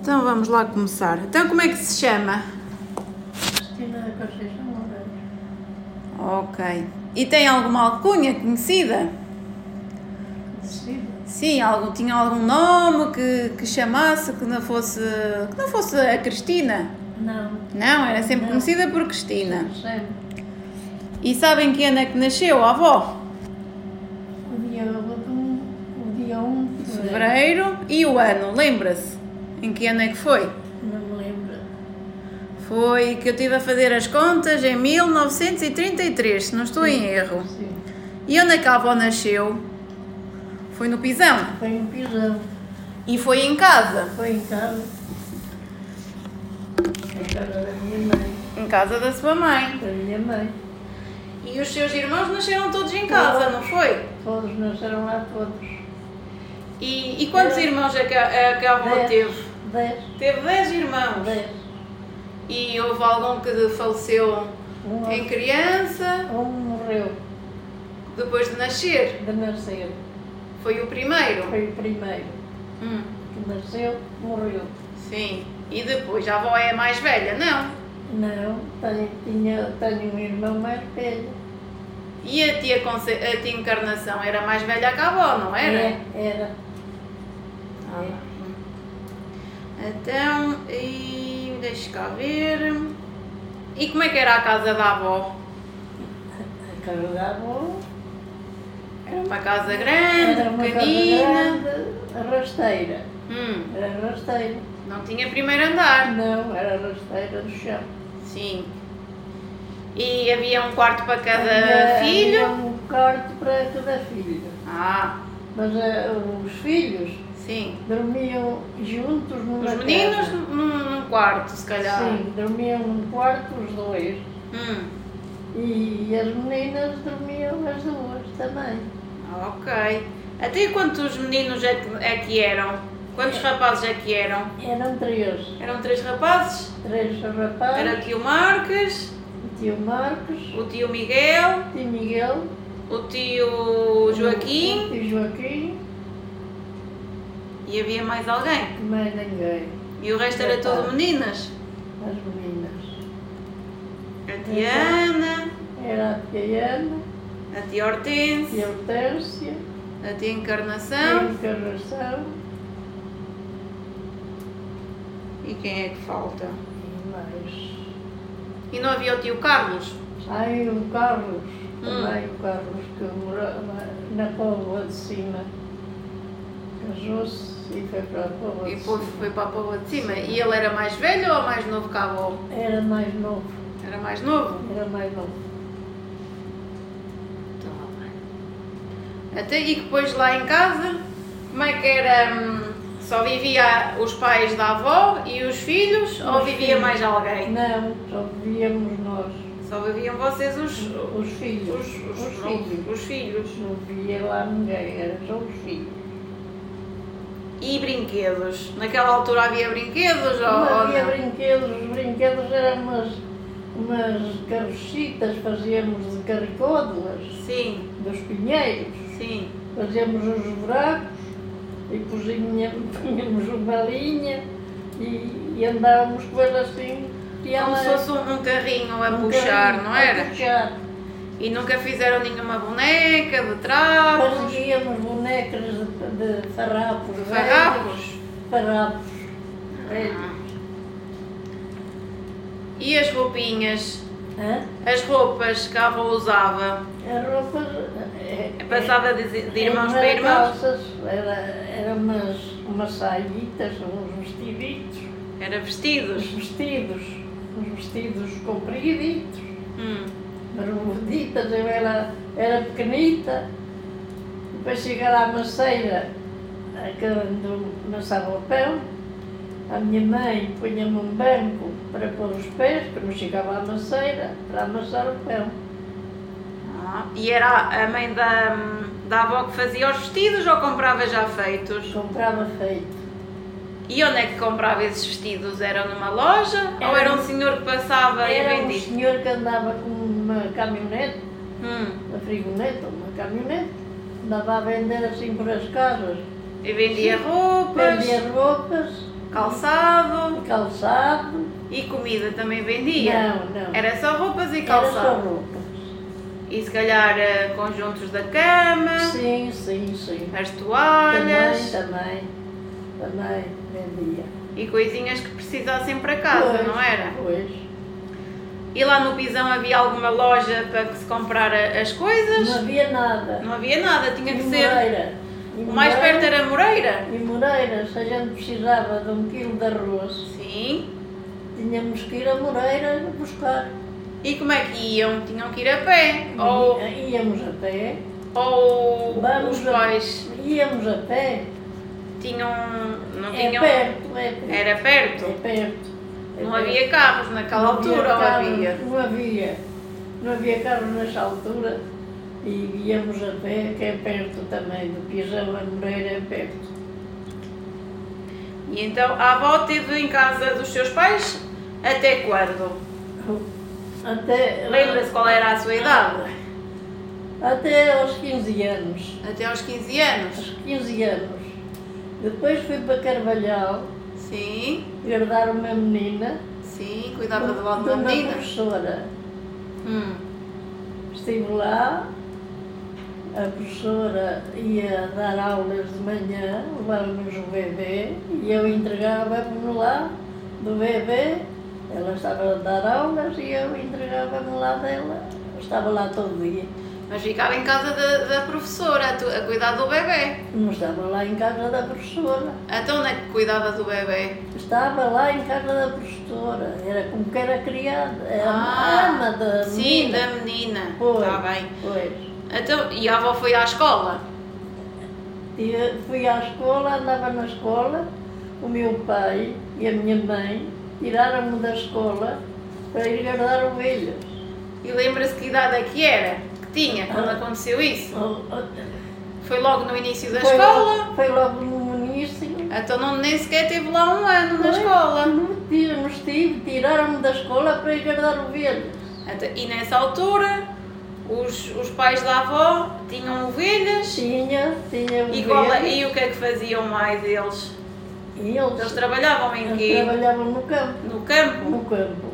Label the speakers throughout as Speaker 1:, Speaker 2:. Speaker 1: Então vamos lá começar. Então como é que se chama?
Speaker 2: Cristina da Conceição Moreira.
Speaker 1: Ok. E tem alguma alcunha conhecida?
Speaker 2: Conhecida.
Speaker 1: Sim, algum, tinha algum nome que, que chamasse que não fosse que não fosse a Cristina?
Speaker 2: Não,
Speaker 1: Não, era sempre
Speaker 2: Não.
Speaker 1: conhecida por Cristina.
Speaker 2: sempre.
Speaker 1: E sabem que ano é que nasceu a avó?
Speaker 2: O dia do o dia 1 de fevereiro.
Speaker 1: Fevereiro e o ano, lembra-se? Em que ano é que foi?
Speaker 2: Não me lembro.
Speaker 1: Foi que eu estive a fazer as contas em 1933, se não estou em erro.
Speaker 2: Sim.
Speaker 1: E onde é que a avó nasceu? Foi no Pisão.
Speaker 2: Foi um pisão.
Speaker 1: E foi em casa.
Speaker 2: Foi em casa. Em casa da minha mãe.
Speaker 1: Em casa da sua mãe.
Speaker 2: Da minha mãe.
Speaker 1: E os seus irmãos nasceram todos em casa, não foi?
Speaker 2: Todos nasceram lá todos.
Speaker 1: E, e quantos irmãos é que a, é que a avó teve?
Speaker 2: Dez.
Speaker 1: Teve 10 irmãos.
Speaker 2: Dez.
Speaker 1: E houve algum que faleceu
Speaker 2: Um,
Speaker 1: em criança,
Speaker 2: um morreu
Speaker 1: depois de nascer.
Speaker 2: de nascer.
Speaker 1: Foi o primeiro.
Speaker 2: Foi o primeiro.
Speaker 1: Hum.
Speaker 2: Que nasceu, morreu.
Speaker 1: Sim, e depois a avó é a mais velha, não?
Speaker 2: Não, tenho, tinha, tenho um irmão mais velho.
Speaker 1: E a tia, Conce... a tia Encarnação era mais velha que a avó, não era?
Speaker 2: É, era.
Speaker 1: Ah. Então, e deixa cá ver. E como é que era a casa da avó?
Speaker 2: A casa da avó.
Speaker 1: Era uma casa grande,
Speaker 2: Era uma casa
Speaker 1: pequenina.
Speaker 2: grande, rasteira.
Speaker 1: Hum,
Speaker 2: Era rasteira.
Speaker 1: não tinha primeiro andar.
Speaker 2: Não, era rasteira do chão.
Speaker 1: Sim. E havia um quarto para cada
Speaker 2: Havia-
Speaker 1: filho?
Speaker 2: havia um quarto para cada filho.
Speaker 1: Ah,
Speaker 2: Mas eh, os filhos
Speaker 1: sim.
Speaker 2: dormiam juntos numa
Speaker 1: Os meninos
Speaker 2: casa.
Speaker 1: num, num quarto, se calhar.
Speaker 2: Sim, dormiam num quarto os dois.
Speaker 1: Hum.
Speaker 2: E as meninas dormiam as duas também.
Speaker 1: Ok. Até quantos meninos é que, é que eram? Quantos rapazes é que eram?
Speaker 2: Eram três.
Speaker 1: Eram três rapazes?
Speaker 2: Três
Speaker 1: Era o
Speaker 2: rapazes,
Speaker 1: tio Marques,
Speaker 2: o tio Marcos,
Speaker 1: o tio Miguel,
Speaker 2: o tio Miguel,
Speaker 1: o tio
Speaker 2: o
Speaker 1: Joaquim
Speaker 2: tio Joaquim
Speaker 1: e havia mais alguém.
Speaker 2: e mais ninguém.
Speaker 1: E o resto era tudo meninas.
Speaker 2: As meninas.
Speaker 1: A tia Ana,
Speaker 2: Era a tia Ana,
Speaker 1: a tia
Speaker 2: a tia
Speaker 1: Hortência,
Speaker 2: Hortência,
Speaker 1: a tia
Speaker 2: a
Speaker 1: Encarnação
Speaker 2: Encarnação
Speaker 1: e quem é que falta?
Speaker 2: e mais.
Speaker 1: E não havia o tio Carlos?
Speaker 2: Ai, o Carlos,
Speaker 1: Ah.
Speaker 2: também o Carlos que morava na Póvoa de Cima. Casou-se e foi para a Póvoa
Speaker 1: E
Speaker 2: de
Speaker 1: depois
Speaker 2: Cima.
Speaker 1: foi para a Póvoa de Cima. E ele era mais velho ou mais novo que a avó?
Speaker 2: Era mais novo,
Speaker 1: Era mais novo?
Speaker 2: era mais novo.
Speaker 1: Então, Até e depois lá em casa, como é que era? hum, Só vivia os pais da avó e os filhos ou
Speaker 2: Os
Speaker 1: vivia
Speaker 2: filhos.
Speaker 1: mais alguém?
Speaker 2: Não, só vivíamos nós,
Speaker 1: Só viviam vocês os, os,
Speaker 2: os filhos.
Speaker 1: os,
Speaker 2: os
Speaker 1: os,
Speaker 2: filhos.
Speaker 1: os filhos.
Speaker 2: Não via lá ninguém, era só os filhos.
Speaker 1: E brinquedos? Naquela altura havia brinquedos ou,
Speaker 2: Não
Speaker 1: ou
Speaker 2: havia
Speaker 1: não?
Speaker 2: brinquedos, os brinquedos eram umas, umas carrocitas, fazíamos de caricódulas,
Speaker 1: Sim,
Speaker 2: dos pinheiros,
Speaker 1: sim.
Speaker 2: fazíamos os buracos e cozinhamos, punhamos uma linha e, e andávamos com ela assim. E
Speaker 1: Como se fosse um, um carrinho a puxar, não
Speaker 2: A
Speaker 1: era?
Speaker 2: puxar.
Speaker 1: E nunca fizeram nenhuma boneca de trapos,
Speaker 2: Fazíamos bonecas de, de farrapos.
Speaker 1: de
Speaker 2: velhos,
Speaker 1: farrapos? Ah.
Speaker 2: Farrapos. velhos.
Speaker 1: E as roupinhas?
Speaker 2: Hã?
Speaker 1: As roupas que a avó usava
Speaker 2: A roupa eh,
Speaker 1: É passava de, de
Speaker 2: eh,
Speaker 1: irmãos
Speaker 2: não
Speaker 1: para
Speaker 2: era
Speaker 1: irmãos?
Speaker 2: calças, era, era umas, umas saídas, uns vestiditos,
Speaker 1: Era
Speaker 2: uns
Speaker 1: vestidos.
Speaker 2: vestidos, uns vestidos compriditos,
Speaker 1: Hum.
Speaker 2: mas gorditas, eu era, era pequenita. Depois chegar à maceira, a que- onde amassava o pão, a minha mãe punha-me um banco para pôr os pés, que não chegava à maceira, para amassar o pão.
Speaker 1: Ah, E era a mãe da, da avó que fazia os vestidos ou comprava já feitos?
Speaker 2: Comprava feito.
Speaker 1: E onde é que comprava esses vestidos? Era numa loja? ou
Speaker 2: Era
Speaker 1: era um
Speaker 2: um-
Speaker 1: senhor que passava Ah, e
Speaker 2: Era um
Speaker 1: vendia?
Speaker 2: senhor que andava com uma caminhonete,
Speaker 1: Hum.
Speaker 2: uma frigoneta, uma caminhonete, andava a vender assim por as casas,
Speaker 1: E vendia roupas?
Speaker 2: vendia roupas
Speaker 1: calçado
Speaker 2: calçado.
Speaker 1: e comida também vendia.
Speaker 2: Não, não.
Speaker 1: Era só roupas e
Speaker 2: Era só
Speaker 1: calçado.
Speaker 2: roupas.
Speaker 1: E se calhar eh, conjuntos da cama,
Speaker 2: Sim, sim, sim.
Speaker 1: as toalhas
Speaker 2: Também, também, também vendia.
Speaker 1: e coisinhas que precisassem para casa,
Speaker 2: Pois,
Speaker 1: não era?
Speaker 2: Pois.
Speaker 1: E lá no Pisão havia alguma loja para que se comprar a- as coisas?
Speaker 2: Não havia nada.
Speaker 1: Não havia nada, tinha que
Speaker 2: Em
Speaker 1: ser.
Speaker 2: Moreira. Em
Speaker 1: O mais
Speaker 2: Moreira-
Speaker 1: perto era Moreira?
Speaker 2: Em Moreira, se a gente precisava de um quilo de arroz,
Speaker 1: Sim.
Speaker 2: tínhamos que ir a Moreira buscar.
Speaker 1: E como é que iam? Tinham que ir a pé? Ou,
Speaker 2: E- Íamos a pé.
Speaker 1: ou
Speaker 2: Vamos
Speaker 1: os
Speaker 2: a-
Speaker 1: pais
Speaker 2: Íamos a pé.
Speaker 1: tinham. Não
Speaker 2: É
Speaker 1: tinham.
Speaker 2: perto, é perto.
Speaker 1: Era
Speaker 2: É
Speaker 1: perto.
Speaker 2: perto. É
Speaker 1: Não
Speaker 2: perto.
Speaker 1: havia carros naquela
Speaker 2: Não
Speaker 1: altura, ou
Speaker 2: carro,
Speaker 1: havia?
Speaker 2: Não havia. Não havia carro nessa altura. E íamos a pé, que é perto também, do Pisão a Moreira é perto.
Speaker 1: E então a avó esteve em casa dos seus pais até quando?
Speaker 2: Até, ah,
Speaker 1: Lembra-se qual era a sua idade?
Speaker 2: Até aos 15 anos.
Speaker 1: Até aos 15 anos.
Speaker 2: Aos 15 anos. Depois fui para Carvalhal,
Speaker 1: Sim,
Speaker 2: herdar uma menina.
Speaker 1: sim, cuidava de lá de
Speaker 2: de
Speaker 1: uma
Speaker 2: uma
Speaker 1: menina.
Speaker 2: professora.
Speaker 1: Hum,
Speaker 2: Estive lá, a professora ia dar aulas de manhã, levávamos o bebê e eu entregava-me lá do bebê. Ela estava a dar aulas e eu entregava-me lá dela. Estava lá todo dia.
Speaker 1: Mas ficava em casa da, da professora a, tu- a cuidar do bebê.
Speaker 2: Não estava lá em casa da professora.
Speaker 1: Então onde é que cuidava do bebê?
Speaker 2: Estava lá em casa da professora. Era como que era criada. Era
Speaker 1: Ah,
Speaker 2: a ama da
Speaker 1: Sim,
Speaker 2: menina.
Speaker 1: da menina.
Speaker 2: Pois.
Speaker 1: Está bem.
Speaker 2: Pois.
Speaker 1: Então, e a avó foi à escola?
Speaker 2: E eu fui à escola, andava na escola, o meu pai e a minha mãe tiraram-me da escola para ir guardar ovelhas.
Speaker 1: E lembra-se que idade é que era? Que tinha quando
Speaker 2: Ah.
Speaker 1: aconteceu isso?
Speaker 2: Oh, oh,
Speaker 1: Foi logo no início da
Speaker 2: foi
Speaker 1: escola?
Speaker 2: logo- Foi logo no início.
Speaker 1: Então não, nem sequer teve lá um ano na
Speaker 2: Foi.
Speaker 1: escola.
Speaker 2: Não tive, não estive, tiraram-me da escola para ir guardar ovelhas.
Speaker 1: Até- Então, E nessa altura, os, os pais da avó tinham ovelhas.
Speaker 2: Tinha, tinha ovelhas.
Speaker 1: E, qual é- e o que é que faziam mais eles?
Speaker 2: E eles,
Speaker 1: Eles trabalhavam em
Speaker 2: eles
Speaker 1: quê?
Speaker 2: trabalhavam no campo,
Speaker 1: No campo.
Speaker 2: no campo.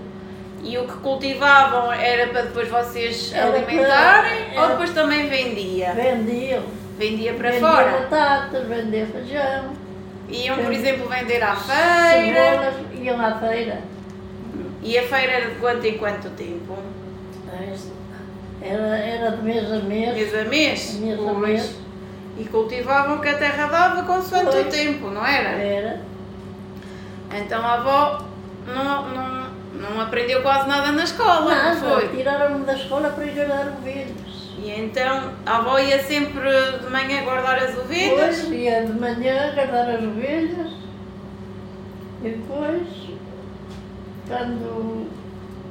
Speaker 1: E o que cultivavam era para depois vocês
Speaker 2: Era para- é.
Speaker 1: alimentarem ou
Speaker 2: era-
Speaker 1: depois também vendia?
Speaker 2: Vendiam.
Speaker 1: Vendia para
Speaker 2: vendiam
Speaker 1: fora.
Speaker 2: batatas, vendiam feijão,
Speaker 1: Iam, por
Speaker 2: Ven-
Speaker 1: exemplo, vender à feira.
Speaker 2: cebolas, iam à feira.
Speaker 1: E a feira era de quanto em quanto tempo?
Speaker 2: Era, era de mês a mês.
Speaker 1: Mês a mês?
Speaker 2: É. Mês a
Speaker 1: Pois.
Speaker 2: mês.
Speaker 1: E cultivavam o que a terra dava consoante o
Speaker 2: Pois. É.
Speaker 1: tempo, não era?
Speaker 2: Era.
Speaker 1: Então a avó não, não, não aprendeu quase nada na escola,
Speaker 2: Nada,
Speaker 1: não é foi?
Speaker 2: Tiraram-me da escola para ir guardar ovelhas.
Speaker 1: E então a avó ia sempre de manhã guardar as ovelhas
Speaker 2: Depois ia de manhã guardar as ovelhas. E depois, quando.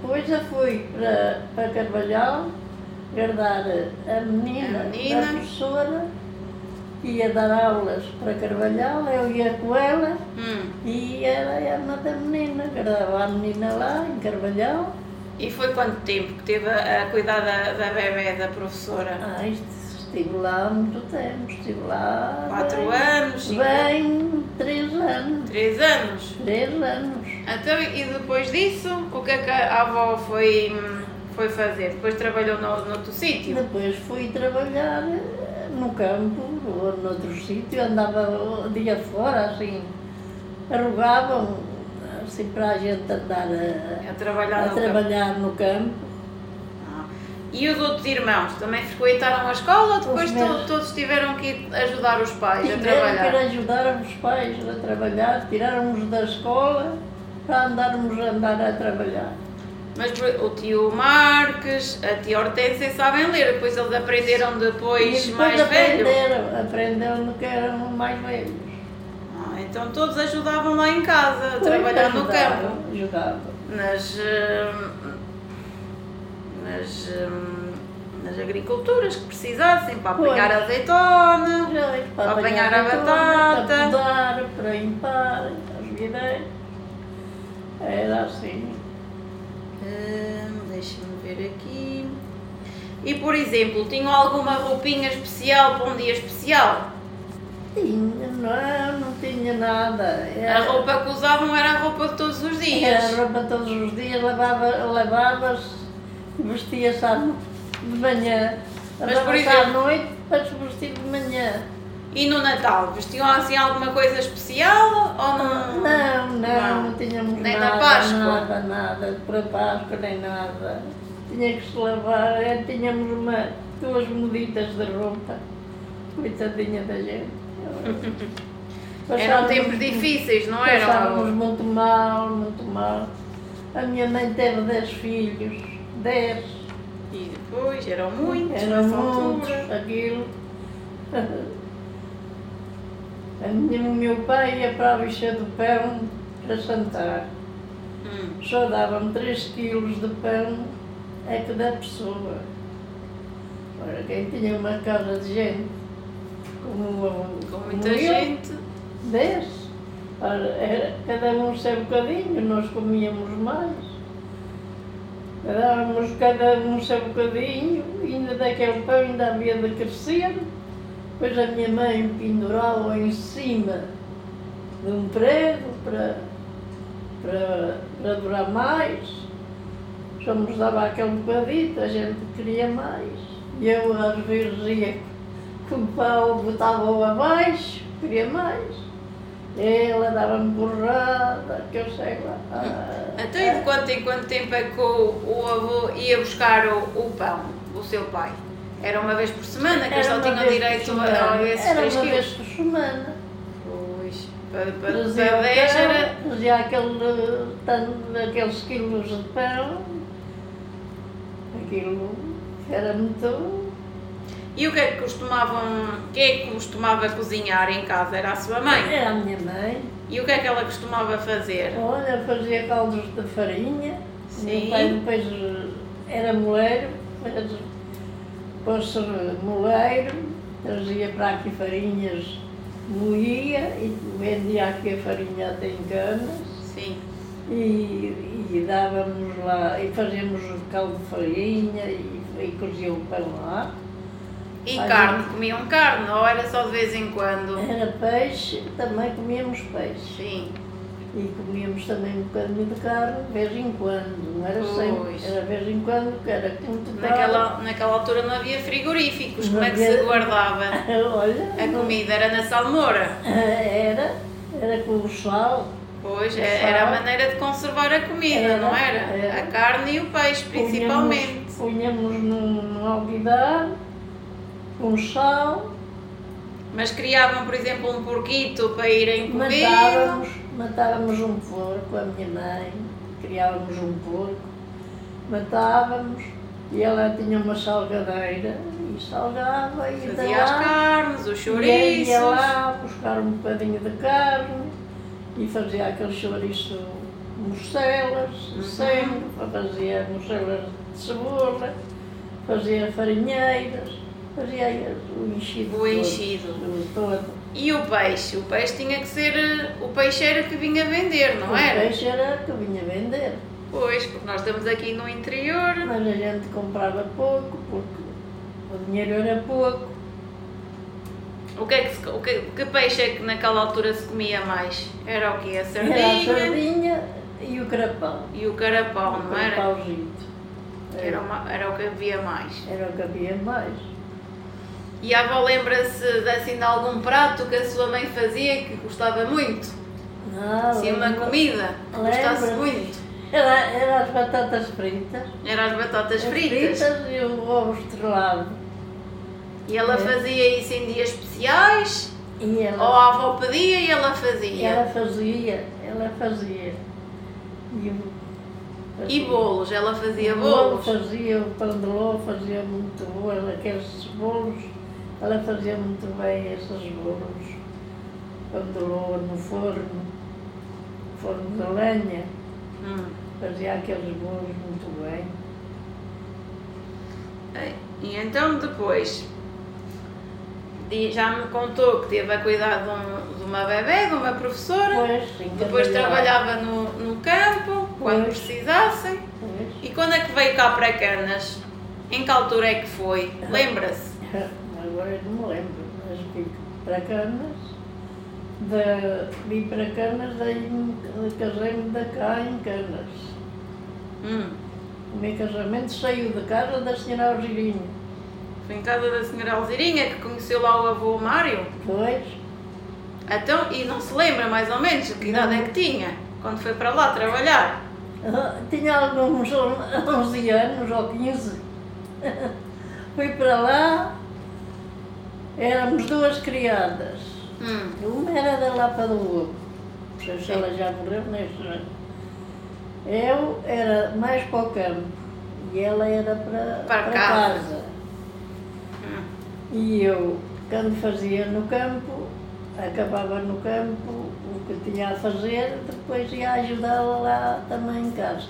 Speaker 2: Depois já fui para, para Carvalhal guardar a menina,
Speaker 1: A menina.
Speaker 2: da professora, que ia dar aulas para Carvalhal, eu ia com ela.
Speaker 1: Hum.
Speaker 2: E era a irmã da menina, guardava a menina lá em Carvalhal.
Speaker 1: E foi quanto tempo que teve a, a cuidar da, da bebê da professora?
Speaker 2: Ai, estive lá há muito tempo, estive lá.
Speaker 1: Quatro
Speaker 2: bem-
Speaker 1: anos, cinco
Speaker 2: Bem, três anos.
Speaker 1: Três anos.
Speaker 2: Três anos.
Speaker 1: Então, e depois disso, o que é que a avó foi, hum, foi fazer? Depois trabalhou no, noutro sítio?
Speaker 2: Depois fui trabalhar eh, no campo ou noutro sítio, andava o dia fora, assim. Arrugavam, assim, para a gente andar a,
Speaker 1: A trabalhar
Speaker 2: a
Speaker 1: no campo.
Speaker 2: trabalhar no campo.
Speaker 1: Ah. E os outros irmãos também frequentaram a escola ou depois
Speaker 2: Os
Speaker 1: to-
Speaker 2: meus.
Speaker 1: todos tiveram que ir ajudar os pais a
Speaker 2: Tiveram que ir
Speaker 1: trabalhar?
Speaker 2: ajudar os pais a trabalhar, tiraram-nos da escola para andarmos a andar a trabalhar.
Speaker 1: Mas por- o tio Marques, a tia Hortência sabem ler, depois eles aprenderam depois,
Speaker 2: e depois
Speaker 1: mais velho.
Speaker 2: aprenderam, aprenderam que eram mais velhos.
Speaker 1: Ah, então todos ajudavam lá em casa, a trabalhar no
Speaker 2: Ajudavam,
Speaker 1: campo.
Speaker 2: ajudavam.
Speaker 1: Nas, hum, nas, hum, nas agriculturas que precisassem, para
Speaker 2: Pois.
Speaker 1: apanhar azeitona.
Speaker 2: Para,
Speaker 1: Para Então, apanhar a
Speaker 2: azeitonas,
Speaker 1: batata.
Speaker 2: Para podar, para limpar, então, as videiras. Era assim.
Speaker 1: Hum, Deixa-me ver aqui. E por exemplo, tinham alguma roupinha especial para um dia especial?
Speaker 2: Tinha, não é? não, não tinha nada.
Speaker 1: A
Speaker 2: Era-
Speaker 1: roupa que usavam era a roupa de todos os dias.
Speaker 2: É. Era roupa todos os dias, lavava- lavava-se, vestia-se à no- de manhã.
Speaker 1: Mas, por
Speaker 2: Lavava-se à
Speaker 1: exemplo-
Speaker 2: noite para se vestir de manhã.
Speaker 1: E no Natal, vestiam assim alguma coisa especial ou não?
Speaker 2: Não, não,
Speaker 1: Não.
Speaker 2: não tínhamos
Speaker 1: Nem na
Speaker 2: nada,
Speaker 1: Páscoa?
Speaker 2: nada, nada, para Páscoa nem nada. Tinha que se lavar, eh, tínhamos uma, duas medidas de roupa, coitadinha da gente.
Speaker 1: Eram
Speaker 2: Passávamos-
Speaker 1: tempos difíceis, um não
Speaker 2: Passávamos
Speaker 1: eram?
Speaker 2: muito mal, muito mal. A minha mãe teve dez filhos, dez,
Speaker 1: E depois eram muitos
Speaker 2: eram
Speaker 1: nessa
Speaker 2: muitos,
Speaker 1: altura.
Speaker 2: aquilo. A minha, o meu pai ia para a bicha do pão para jantar.
Speaker 1: Hum.
Speaker 2: Só davam 3 quilos de pão a cada pessoa. Ora, quem tinha uma casa de gente, como,
Speaker 1: Com
Speaker 2: como
Speaker 1: muita
Speaker 2: eu,
Speaker 1: gente.
Speaker 2: 10. Ora, era, cada um seu bocadinho, nós comíamos mais. Dávamos cada um seu bocadinho, ainda daquele um pão ainda havia de crescer. Depois a minha mãe pendurava em cima de um prego para, para, para durar mais. Só nos dava aquele bocadito, a gente queria mais. E eu às vezes ia com o pau, botava-o abaixo, queria mais. Ela dava-me borrada, que eu sei lá. Ah,
Speaker 1: Até Então, de quanto em quanto tempo é que o, o avô ia buscar o, o pão, o seu pai? Era uma vez por semana que eles só
Speaker 2: Era uma
Speaker 1: tinham
Speaker 2: vez por
Speaker 1: direito a, a
Speaker 2: semana.
Speaker 1: esses
Speaker 2: Era
Speaker 1: 3
Speaker 2: uma
Speaker 1: quilos?
Speaker 2: vez por semana.
Speaker 1: Pois, para, para, para
Speaker 2: Trazia o
Speaker 1: 10
Speaker 2: pão,
Speaker 1: era.
Speaker 2: trazia aquele, tanto, aqueles quilos de pão. Aquilo era muito.
Speaker 1: E o que é que costumavam. Quem é que costumava cozinhar em casa? Era a sua mãe.
Speaker 2: Era a minha mãe.
Speaker 1: E o que é que ela costumava fazer?
Speaker 2: Olha, fazia caldos de farinha.
Speaker 1: Sim.
Speaker 2: Meu pai depois eh, era moleiro, fez- pôs-se moleiro, trazia para aqui farinhas, moía e vendia aqui a farinha até em canas
Speaker 1: Sim.
Speaker 2: e, e dávamos lá, e fazíamos o caldo de farinha e, e cozia o pão lá.
Speaker 1: E
Speaker 2: Olha.
Speaker 1: carne? Comiam carne ou era só de vez em quando?
Speaker 2: Era peixe, também comíamos peixe.
Speaker 1: Sim.
Speaker 2: E comíamos também um bocadinho de carne, de vez em quando, não era
Speaker 1: Pois.
Speaker 2: sempre, era de vez em quando, que era quinto
Speaker 1: Naquela, naquela altura não havia frigoríficos. Como é que se
Speaker 2: Então, Havia-
Speaker 1: guardava?
Speaker 2: Olha,
Speaker 1: A comida era na salmoura.
Speaker 2: era, era com o sal,
Speaker 1: Pois,
Speaker 2: O
Speaker 1: é- era a
Speaker 2: sal.
Speaker 1: maneira de conservar a comida,
Speaker 2: Era,
Speaker 1: não era?
Speaker 2: era.
Speaker 1: A carne e o peixe, principalmente.
Speaker 2: punhamos, punhamos num, num alguidar, com sal,
Speaker 1: Mas criavam, por exemplo, um porquito para irem comer.
Speaker 2: matávamos, matávamos um porco, a minha mãe, criávamos um porco, matávamos, e ela tinha uma salgadeira, e salgava, e
Speaker 1: Fazia as carnes, os
Speaker 2: Então E ia
Speaker 1: chouriços.
Speaker 2: lá buscar um bocadinho de carne e fazia aquele chouriço mocelas,
Speaker 1: Uhum.
Speaker 2: de sempre, fazia mocelas de cebola, fazia farinheiras, fazia o enchido.
Speaker 1: O
Speaker 2: todo,
Speaker 1: enchido.
Speaker 2: o todo.
Speaker 1: E o peixe? O peixe tinha que ser eh, o peixeiro que vinha vender, não
Speaker 2: o
Speaker 1: era?
Speaker 2: peixe era que eu vinha vender.
Speaker 1: Pois, porque nós estamos aqui no interior.
Speaker 2: Mas a gente comprava pouco porque o dinheiro era pouco.
Speaker 1: O que é que, se- o que, que peixe é que naquela altura se comia mais? Era o quê? A
Speaker 2: Era a
Speaker 1: sardinha
Speaker 2: sardinha e o carapau.
Speaker 1: e o carapau, é.
Speaker 2: o
Speaker 1: não era?
Speaker 2: carapauzito.
Speaker 1: Era, uma- era o que havia mais.
Speaker 2: Era o que havia mais.
Speaker 1: E a avó lembra-se de, assim, de algum prato que a sua mãe fazia que gostava muito?
Speaker 2: Não,
Speaker 1: Assim, uma
Speaker 2: lembro-
Speaker 1: comida que gostasse
Speaker 2: Lembro-me.
Speaker 1: muito?
Speaker 2: Era, era as batatas fritas.
Speaker 1: Era as batatas
Speaker 2: As
Speaker 1: fritas.
Speaker 2: e o ovo estrelado.
Speaker 1: E ela
Speaker 2: É.
Speaker 1: fazia isso em dias especiais?
Speaker 2: E ela,
Speaker 1: Ou a avó pedia e ela
Speaker 2: e
Speaker 1: fazia?
Speaker 2: ela fazia, ela fazia. E, o-
Speaker 1: E bolos? Ela fazia
Speaker 2: O bolo
Speaker 1: bolos?
Speaker 2: Fazia o pão de ló, fazia muito bom, ela, aqueles bolos. Ela fazia muito bem esses bolos. Pão de ló no forno, forno de lenha.
Speaker 1: Hum.
Speaker 2: Fazia aqueles bolos muito bem.
Speaker 1: E então depois di- já me contou que teve a cuidar de, um- de uma bebê, de uma professora,
Speaker 2: Depois, sim,
Speaker 1: depois trabalhava no, no campo quando
Speaker 2: Pois.
Speaker 1: precisassem.
Speaker 2: Pois.
Speaker 1: E quando é que veio cá para Canas? Em que altura é que foi? Lembra-se?
Speaker 2: Agora eu não me lembro, mas fico para Canas. de, vim para Canas, daí me- casei-me de cá em Canas.
Speaker 1: Hum,
Speaker 2: O meu casamento saiu de casa da senhora Algirinho.
Speaker 1: foi em casa da senhora Alzirinha que conheceu lá o avô Mário.
Speaker 2: Pois,
Speaker 1: Então, e não se lembra mais ou menos que idade é que tinha quando foi para lá trabalhar?
Speaker 2: ah, tinha alguns on- 11 anos ou 15. Fui para lá, éramos duas criadas.
Speaker 1: Hum,
Speaker 2: Uma era da Lapa do Ovo, não sei se ela já morreu, nem sei. Eu era mais para o campo e ela era para,
Speaker 1: Para
Speaker 2: para
Speaker 1: casa.
Speaker 2: casa.
Speaker 1: hum,
Speaker 2: E eu, quando fazia no campo, acabava no campo o que tinha a fazer, depois ia ajudá-la lá também em casa.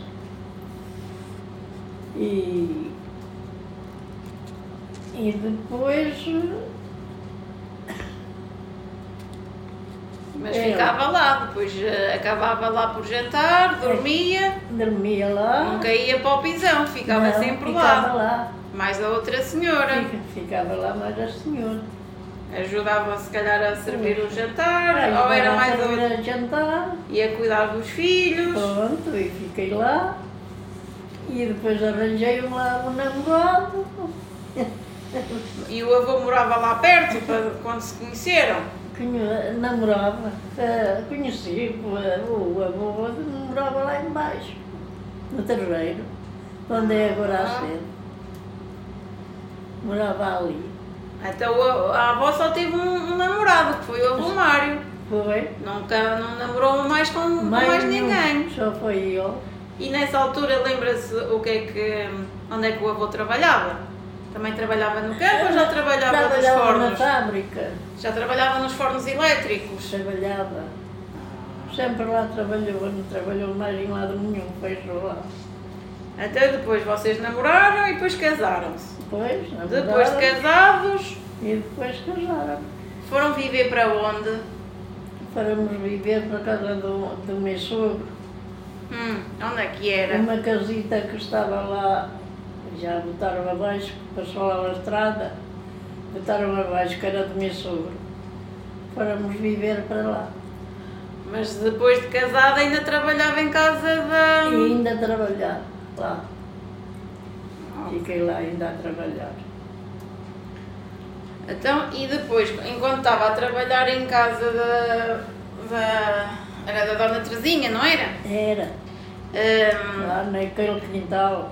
Speaker 2: E, e depois
Speaker 1: mas
Speaker 2: É.
Speaker 1: ficava lá, depois eh, acabava lá por
Speaker 2: É.
Speaker 1: jantar, dormia,
Speaker 2: eh, dormia lá.
Speaker 1: nunca ia para o pisão, ficava
Speaker 2: Não,
Speaker 1: sempre
Speaker 2: ficava
Speaker 1: lá.
Speaker 2: lá.
Speaker 1: Mais a outra senhora.
Speaker 2: Fica- Ficava lá mais a senhora.
Speaker 1: Ajudava se calhar a servir o jantar,
Speaker 2: Aí
Speaker 1: ou era
Speaker 2: lá
Speaker 1: mais a
Speaker 2: para ir
Speaker 1: outra.
Speaker 2: a jantar.
Speaker 1: Ia cuidar dos filhos.
Speaker 2: Pronto, e fiquei lá. E depois arranjei um lá um namorado.
Speaker 1: E o avô morava lá perto para- quando se conheceram.
Speaker 2: Conhe- Namorava. eh, Conheci o o avô, namorava lá embaixo, no terreiro, onde é agora a
Speaker 1: Ah.
Speaker 2: sede. Morava ali.
Speaker 1: Então o- a avó só teve um, um namorado, que foi o avô Mário.
Speaker 2: Foi.
Speaker 1: Nunca não namorou mais com com
Speaker 2: Mais
Speaker 1: mais
Speaker 2: nenhum,
Speaker 1: ninguém.
Speaker 2: Só foi eu.
Speaker 1: E nessa altura lembra-se o que é que onde é que o avô trabalhava? Também trabalhava no campo ou já trabalhava, nos
Speaker 2: Trabalhava na
Speaker 1: fornos?
Speaker 2: fábrica.
Speaker 1: Já trabalhava nos fornos elétricos.
Speaker 2: Trabalhava. Sempre lá trabalhou, não trabalhou mais em lado nenhum, fez lá.
Speaker 1: Até depois vocês namoraram e depois casaram-se.
Speaker 2: Depois,
Speaker 1: Depois de casados,
Speaker 2: E depois casaram.
Speaker 1: foram viver para onde?
Speaker 2: Fomos viver para casa do, do meu sogro.
Speaker 1: Hum, onde é que era?
Speaker 2: Uma casita que estava lá, já botaram abaixo, passou lá na estrada, botaram abaixo, que era do meu sogro. Fomos viver para lá.
Speaker 1: Mas depois de casada ainda trabalhava em casa
Speaker 2: E
Speaker 1: da.
Speaker 2: ainda trabalhar lá. Fiquei lá ainda a trabalhar.
Speaker 1: Então, e depois, enquanto estava a trabalhar em casa da. da era da Dona Terezinha, não era?
Speaker 2: Era,
Speaker 1: Hum,
Speaker 2: lá naquele quintal.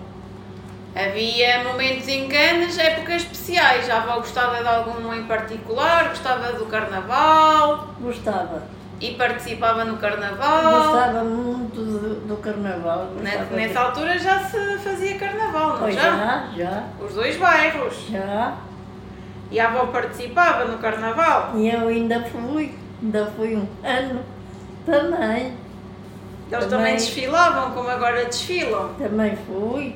Speaker 1: havia momentos em Canas, épocas especiais. A avó gostava de algum em particular, gostava do carnaval
Speaker 2: Gostava.
Speaker 1: e participava no carnaval.
Speaker 2: Gostava muito do, do carnaval.
Speaker 1: Ne-
Speaker 2: gostava
Speaker 1: Né? Nessa altura já se fazia carnaval,
Speaker 2: de-
Speaker 1: não
Speaker 2: Pois
Speaker 1: já?
Speaker 2: já, já,
Speaker 1: Os dois bairros.
Speaker 2: já.
Speaker 1: E a avó participava no carnaval.
Speaker 2: E eu ainda fui, ainda fui um ano também.
Speaker 1: Eles também,
Speaker 2: Também.
Speaker 1: desfilavam, como agora desfilam.
Speaker 2: Também fui.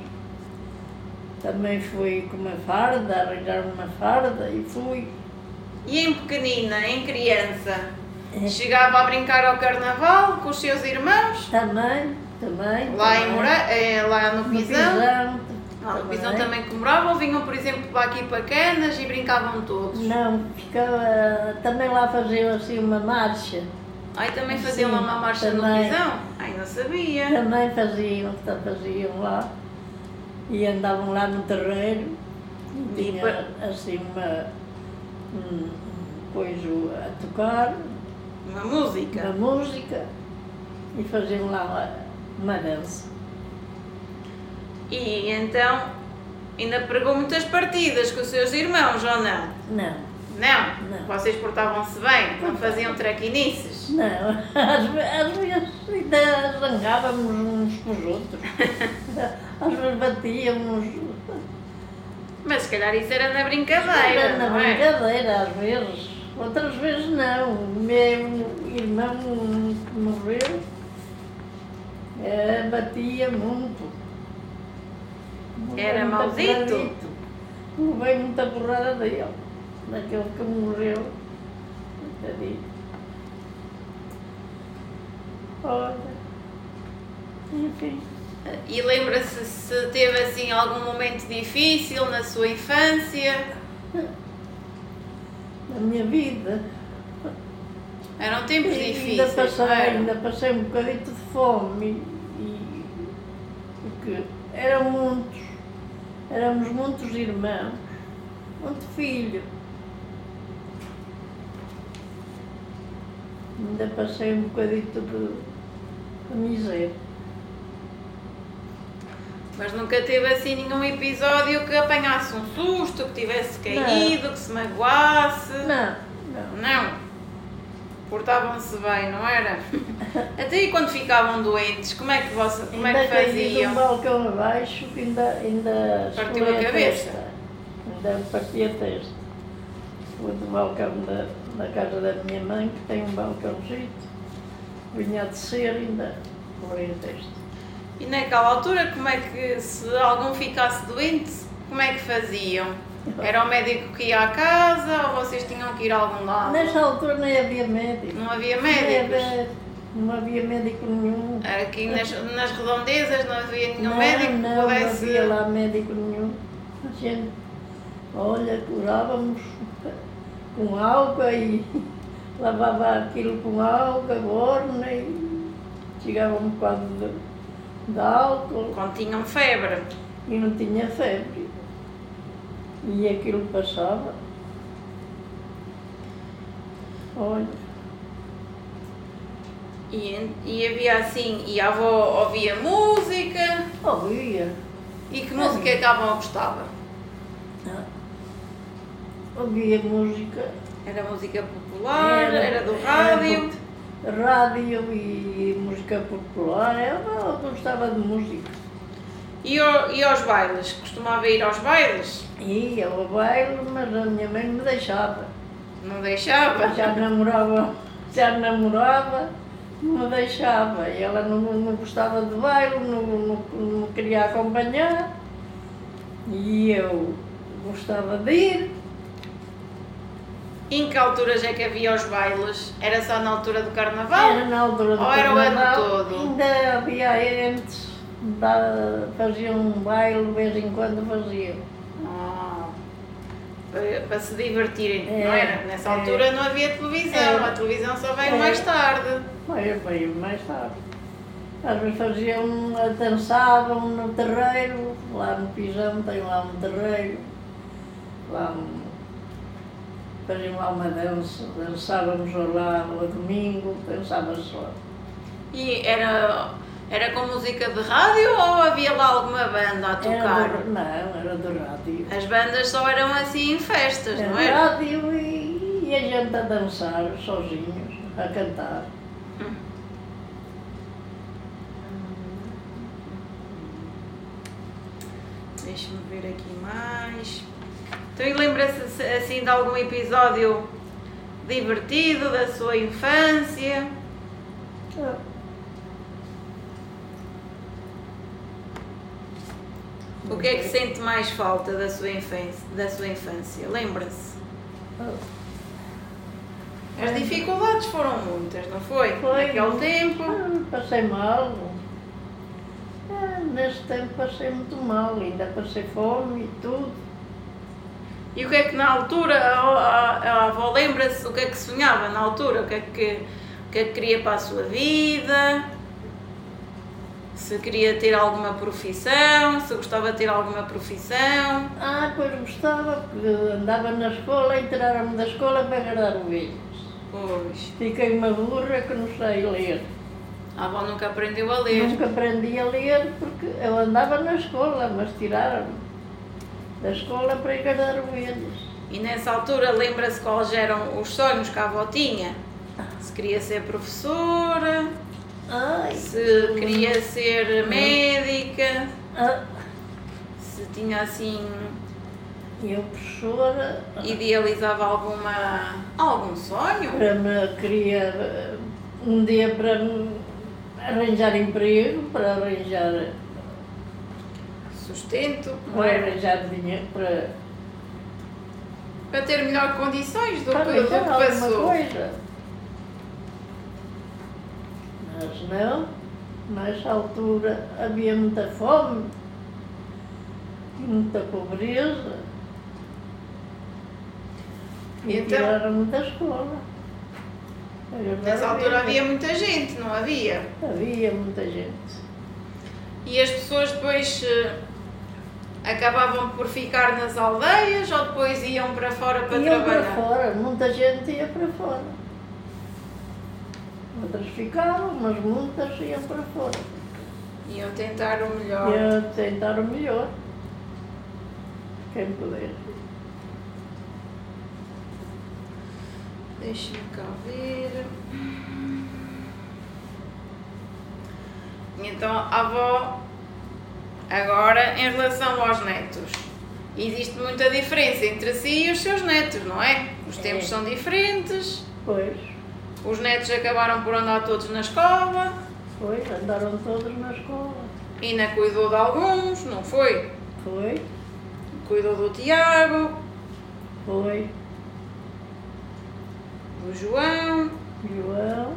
Speaker 2: Também fui com uma farda, arranjar uma farda e fui.
Speaker 1: E em pequenina, em criança,
Speaker 2: É.
Speaker 1: chegava a brincar ao carnaval com os seus irmãos,
Speaker 2: Também, também.
Speaker 1: lá, em
Speaker 2: também.
Speaker 1: Moura, eh, lá no
Speaker 2: No
Speaker 1: Pisão.
Speaker 2: Pisão,
Speaker 1: Ah, no Pisão também comemoravam, vinham, por exemplo, para aqui para Canas e brincavam todos.
Speaker 2: Não, ficava. Também lá faziam assim uma marcha.
Speaker 1: Aí também faziam
Speaker 2: Sim,
Speaker 1: lá uma marcha no
Speaker 2: também.
Speaker 1: Pisão. Ai, não sabia.
Speaker 2: Também faziam, ta- faziam lá e andavam lá no terreiro.
Speaker 1: E
Speaker 2: Tinha
Speaker 1: pa-
Speaker 2: assim uma um, um coiso a tocar,
Speaker 1: Uma
Speaker 2: uma
Speaker 1: música.
Speaker 2: música e faziam lá uma, uma dança.
Speaker 1: E então, ainda pregou muitas partidas com os seus irmãos, ou não?
Speaker 2: Não,
Speaker 1: Não?
Speaker 2: Não.
Speaker 1: Vocês portavam-se bem, não faziam traquinices?
Speaker 2: não, às, ve- às vezes ainda zangávamos uns com os outros, às vezes batíamos.
Speaker 1: Mas se calhar isso era na brincadeira,
Speaker 2: Era na
Speaker 1: não é?
Speaker 2: brincadeira, às vezes. Outras vezes não. O meu irmão que morreu eh, batia muito.
Speaker 1: Era
Speaker 2: Levei muita
Speaker 1: maldito?
Speaker 2: porradito. Levei muita porrada dele, daquele que morreu. Coitadinho. Olha. Enfim.
Speaker 1: E lembra-se se teve assim algum momento difícil na sua infância?
Speaker 2: na minha vida.
Speaker 1: Eram tempos
Speaker 2: E
Speaker 1: difíceis. é?
Speaker 2: Ainda passei,
Speaker 1: eram.
Speaker 2: ainda passei um bocadito de fome. E, e- porque eram muitos, éramos muitos irmãos, muito filho. Ainda passei um bocadito de, de miséria.
Speaker 1: Mas nunca teve assim nenhum episódio que apanhasse um susto, que tivesse caído, que se magoasse.
Speaker 2: Não, não.
Speaker 1: Não. Portavam-se bem, não era? Até e quando ficavam doentes, como é que, você, como é
Speaker 2: ainda
Speaker 1: que
Speaker 2: caí de um
Speaker 1: faziam?
Speaker 2: balcão abaixo que ainda, ainda
Speaker 1: Partiu
Speaker 2: esfolei
Speaker 1: a cabeça.
Speaker 2: testa. Ainda me parti a testa. Fui do balcão da, da casa da minha mãe, que tem um balcãozinho, vinha a descer ainda colei a testa. um
Speaker 1: E naquela altura, como é que se algum ficasse doente, como é que faziam? Era o médico que ia à casa ou vocês tinham que ir a algum lado?
Speaker 2: Nessa altura nem havia médico.
Speaker 1: Não havia
Speaker 2: Nem
Speaker 1: médicos? Ah,
Speaker 2: havia- Não havia médico nenhum.
Speaker 1: Era aqui nas, nas redondezas, não havia nenhum
Speaker 2: não,
Speaker 1: médico é que
Speaker 2: não,
Speaker 1: pudesse.
Speaker 2: não havia lá médico nenhum. A gente, olha, curávamos com álcool e lavava aquilo com álcool, borna e chegávamos quase de, de álcool
Speaker 1: Quando tinham febre.
Speaker 2: e não tinha febre. E aquilo passava. Olha,
Speaker 1: E, e havia assim, e a avó ouvia música.
Speaker 2: ouvia.
Speaker 1: E que música é que a avó gostava?
Speaker 2: Ah. Ouvia música.
Speaker 1: Era música popular, era, do
Speaker 2: era
Speaker 1: rádio.
Speaker 2: po- rádio e música popular, ela gostava de música.
Speaker 1: E, ao- e aos bailes? Costumava ir aos bailes?
Speaker 2: Ia ao baile, mas a minha mãe me deixava.
Speaker 1: Não deixava?
Speaker 2: Já namorava, já namorava, não me deixava. E ela não, não gostava de baile, não, não, não me queria acompanhar. E eu gostava de ir.
Speaker 1: Em que alturas é que havia os bailes? Era só na altura do carnaval?
Speaker 2: Era na altura do
Speaker 1: Ou era o ano
Speaker 2: carnaval,
Speaker 1: todo?
Speaker 2: Ainda havia antes, da- faziam um baile, de vez em quando faziam.
Speaker 1: Ah, para, para se divertirem, não
Speaker 2: É,
Speaker 1: era? Nessa
Speaker 2: é.
Speaker 1: altura não havia televisão,
Speaker 2: É.
Speaker 1: a televisão só veio
Speaker 2: É.
Speaker 1: mais tarde.
Speaker 2: Veio, veio mais tarde. Às vezes faziam, dançavam no terreiro, lá no pisão tem lá um terreiro, lá um, faziam lá uma dança, dançávamos lá ao domingo, dançávamos lá.
Speaker 1: E era, era com música de rádio ou havia lá alguma banda a tocar?
Speaker 2: Era do, não, era do rádio.
Speaker 1: As bandas só eram assim em festas,
Speaker 2: Era
Speaker 1: não
Speaker 2: do
Speaker 1: era?
Speaker 2: rádio e, e a gente a dançar sozinhos, a cantar.
Speaker 1: Deixa-me ver aqui mais. Então, e lembra-se se- assim de algum episódio divertido da sua infância? O que é que sente mais falta da sua infância? Da sua infância? Lembra-se?
Speaker 2: Ah.
Speaker 1: As dificuldades foram muitas, não foi?
Speaker 2: Foi.
Speaker 1: Naquele um tempo.
Speaker 2: Ah, Passei mal. Ah, nesse tempo passei muito mal, ainda passei fome e tudo.
Speaker 1: E o que é que na altura, a, a- a avó lembra-se o que é que sonhava na altura? O que é que, o que é que queria para a sua vida? Se queria ter alguma profissão? Se gostava de ter alguma profissão?
Speaker 2: Ah, pois gostava, porque andava na escola, tiraram me da escola para agradar ovelhas.
Speaker 1: Pois,
Speaker 2: Fiquei uma burra que não sei ler.
Speaker 1: a avó nunca aprendeu a ler.
Speaker 2: Nunca aprendi a ler porque eu andava na escola, mas tiraram-me da escola para agradar ovelhas.
Speaker 1: E nessa altura lembra-se quais eram os sonhos que a avó tinha? Se queria ser professora,
Speaker 2: Ai,
Speaker 1: se queria ser médica,
Speaker 2: ah,
Speaker 1: se tinha assim
Speaker 2: eu, professora,
Speaker 1: Idealizava alguma. algum sonho?
Speaker 2: para me queria eh, um dia para me arranjar emprego, para arranjar,
Speaker 1: Sustento? não
Speaker 2: para
Speaker 1: era?
Speaker 2: arranjar dinheiro, para,
Speaker 1: Para ter melhor condições do que,
Speaker 2: para
Speaker 1: do que
Speaker 2: arranjar alguma
Speaker 1: passou.
Speaker 2: coisa. é Mas não, nessa altura havia muita fome, muita pobreza. E
Speaker 1: Então-
Speaker 2: tiraram-me da escola. Era
Speaker 1: Nessa altura havia
Speaker 2: maravilha.
Speaker 1: muita gente, não havia?
Speaker 2: Havia muita gente.
Speaker 1: E as pessoas depois eh, acabavam por ficar nas aldeias ou depois iam para fora para
Speaker 2: Iam para
Speaker 1: trabalhar?
Speaker 2: fora, muita gente ia para fora. Outras ficavam, mas muitas iam para fora.
Speaker 1: Iam tentar o melhor.
Speaker 2: Ia tentar o melhor. Quem puder.
Speaker 1: Deixa-me cá ver. Então, a avó, agora em relação aos netos, existe muita diferença entre si e os seus netos, não é? Os tempos
Speaker 2: É.
Speaker 1: são diferentes,
Speaker 2: Pois,
Speaker 1: os netos acabaram por andar todos na escola,
Speaker 2: pois, andaram todos na escola.
Speaker 1: Ina cuidou de alguns, não foi?
Speaker 2: Foi,
Speaker 1: Cuidou do Tiago,
Speaker 2: foi.
Speaker 1: do João,
Speaker 2: João.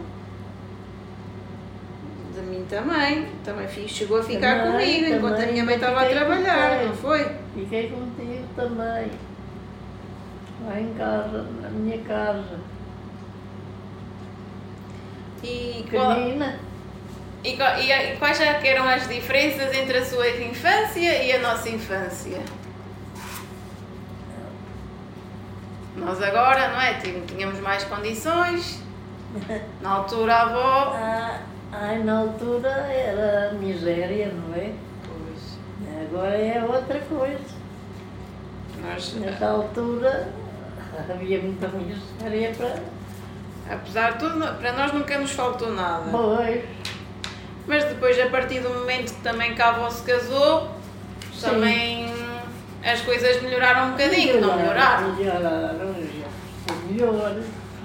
Speaker 1: de mim também. Também fi- chegou a ficar
Speaker 2: Também,
Speaker 1: comigo enquanto a
Speaker 2: também, é.
Speaker 1: minha mãe
Speaker 2: ainda
Speaker 1: estava a
Speaker 2: fiquei com
Speaker 1: trabalhar,
Speaker 2: ele.
Speaker 1: não foi?
Speaker 2: Fiquei contigo também. Lá em casa, na minha casa.
Speaker 1: E qual-
Speaker 2: Pequenina.
Speaker 1: E, qual- e a- e quais é que eram as diferenças entre a sua infância e a nossa infância? Nós agora, não é? Tin- Tínhamos mais condições. Na altura, a avó.
Speaker 2: Ah, ai, na altura era miséria, não é?
Speaker 1: Pois,
Speaker 2: Agora é outra coisa.
Speaker 1: nós,
Speaker 2: Nessa altura havia muita miséria para.
Speaker 1: apesar de tudo, no- para nós nunca nos faltou nada.
Speaker 2: Pois,
Speaker 1: Mas depois, a partir do momento que também que a avó se casou,
Speaker 2: Sim.
Speaker 1: também as coisas melhoraram um bocadinho, não melhoraram?
Speaker 2: Melhoraram, já. Foi Melhor,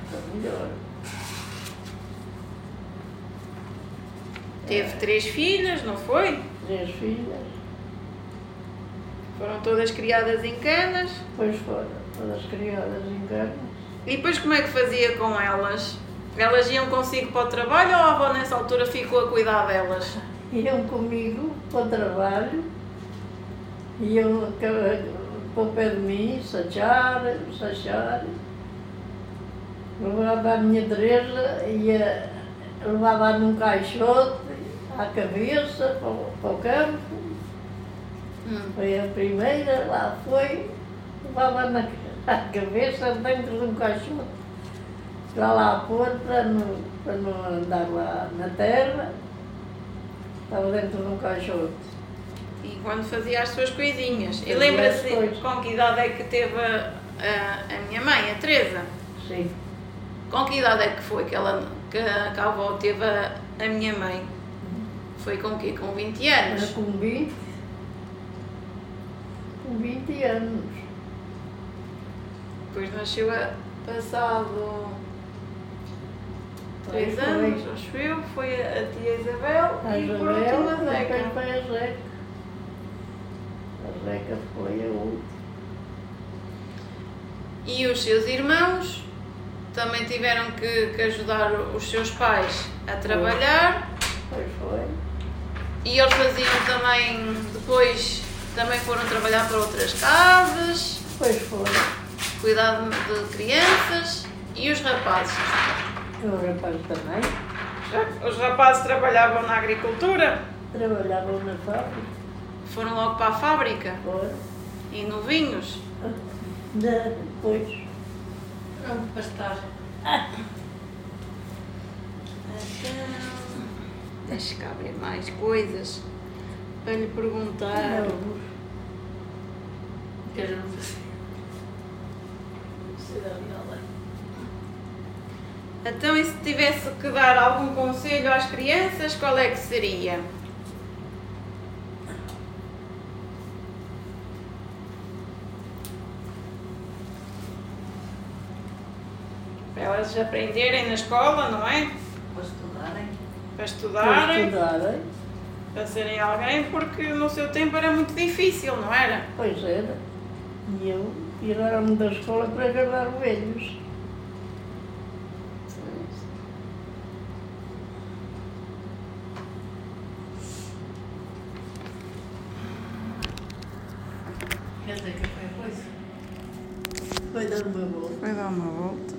Speaker 2: foi melhor.
Speaker 1: Teve três filhas, não foi?
Speaker 2: Três filhas,
Speaker 1: Foram todas criadas em canas.
Speaker 2: depois foram todas criadas em carnes.
Speaker 1: E depois como é que fazia com elas? Elas iam consigo para o trabalho ou a avó nessa altura ficou a cuidar delas?
Speaker 2: Iam comigo para o trabalho, iam ca- para o pé de mim, sachar, sachar. Levava a minha Teresa, ia, levava num caixote, à cabeça, para, o- para o campo. Foi a primeira, lá foi, levava na ca- cabeça dentro de um caixote, para lá pôr, para não, para não andar lá na terra. Estava dentro de um caixote.
Speaker 1: E quando fazia as suas coisinhas. E
Speaker 2: Fazia
Speaker 1: lembra-se
Speaker 2: as coisas.
Speaker 1: com que idade é que teve a, a- a minha mãe, a Teresa?
Speaker 2: Sim.
Speaker 1: Com que idade é que foi que, ela, que, a- que a avó teve a, a minha mãe? Foi com quê? Com 20
Speaker 2: Era
Speaker 1: anos?
Speaker 2: com 20, com 20 anos.
Speaker 1: Depois nasceu a, passado 3
Speaker 2: Foi,
Speaker 1: anos,
Speaker 2: foi.
Speaker 1: acho eu, foi a, a tia Isabel
Speaker 2: A
Speaker 1: e por último a
Speaker 2: Isabel, depois
Speaker 1: Zeca.
Speaker 2: foi a Zeca. A Zeca foi a última.
Speaker 1: E os seus irmãos também tiveram que, que ajudar os seus pais a trabalhar
Speaker 2: Pois foi.
Speaker 1: e eles faziam também, depois também foram trabalhar para outras casas,
Speaker 2: Pois foi.
Speaker 1: cuidar de de crianças e os rapazes.
Speaker 2: E o rapaz também.
Speaker 1: Os rapazes trabalhavam na agricultura,
Speaker 2: Trabalhavam na fábrica,
Speaker 1: foram logo para a fábrica
Speaker 2: fora.
Speaker 1: e novinhos.
Speaker 2: Da- Depois,
Speaker 1: Pronto para estar. Deixa cá ver mais coisas para lhe perguntar.
Speaker 2: não,
Speaker 1: Então, e se tivesse que dar algum conselho às crianças, qual é que seria? Para elas aprenderem na escola, não é?
Speaker 3: Para estudarem.
Speaker 1: Para
Speaker 2: para
Speaker 1: estudarem,
Speaker 2: estudarem,
Speaker 1: para serem alguém, porque no seu tempo era muito difícil, não era?
Speaker 2: pois era. E eu tiraram-me da escola para guardar velhos.
Speaker 3: Quer dizer que foi coisa.
Speaker 2: Foi dar uma volta.
Speaker 1: Vai dar uma volta. é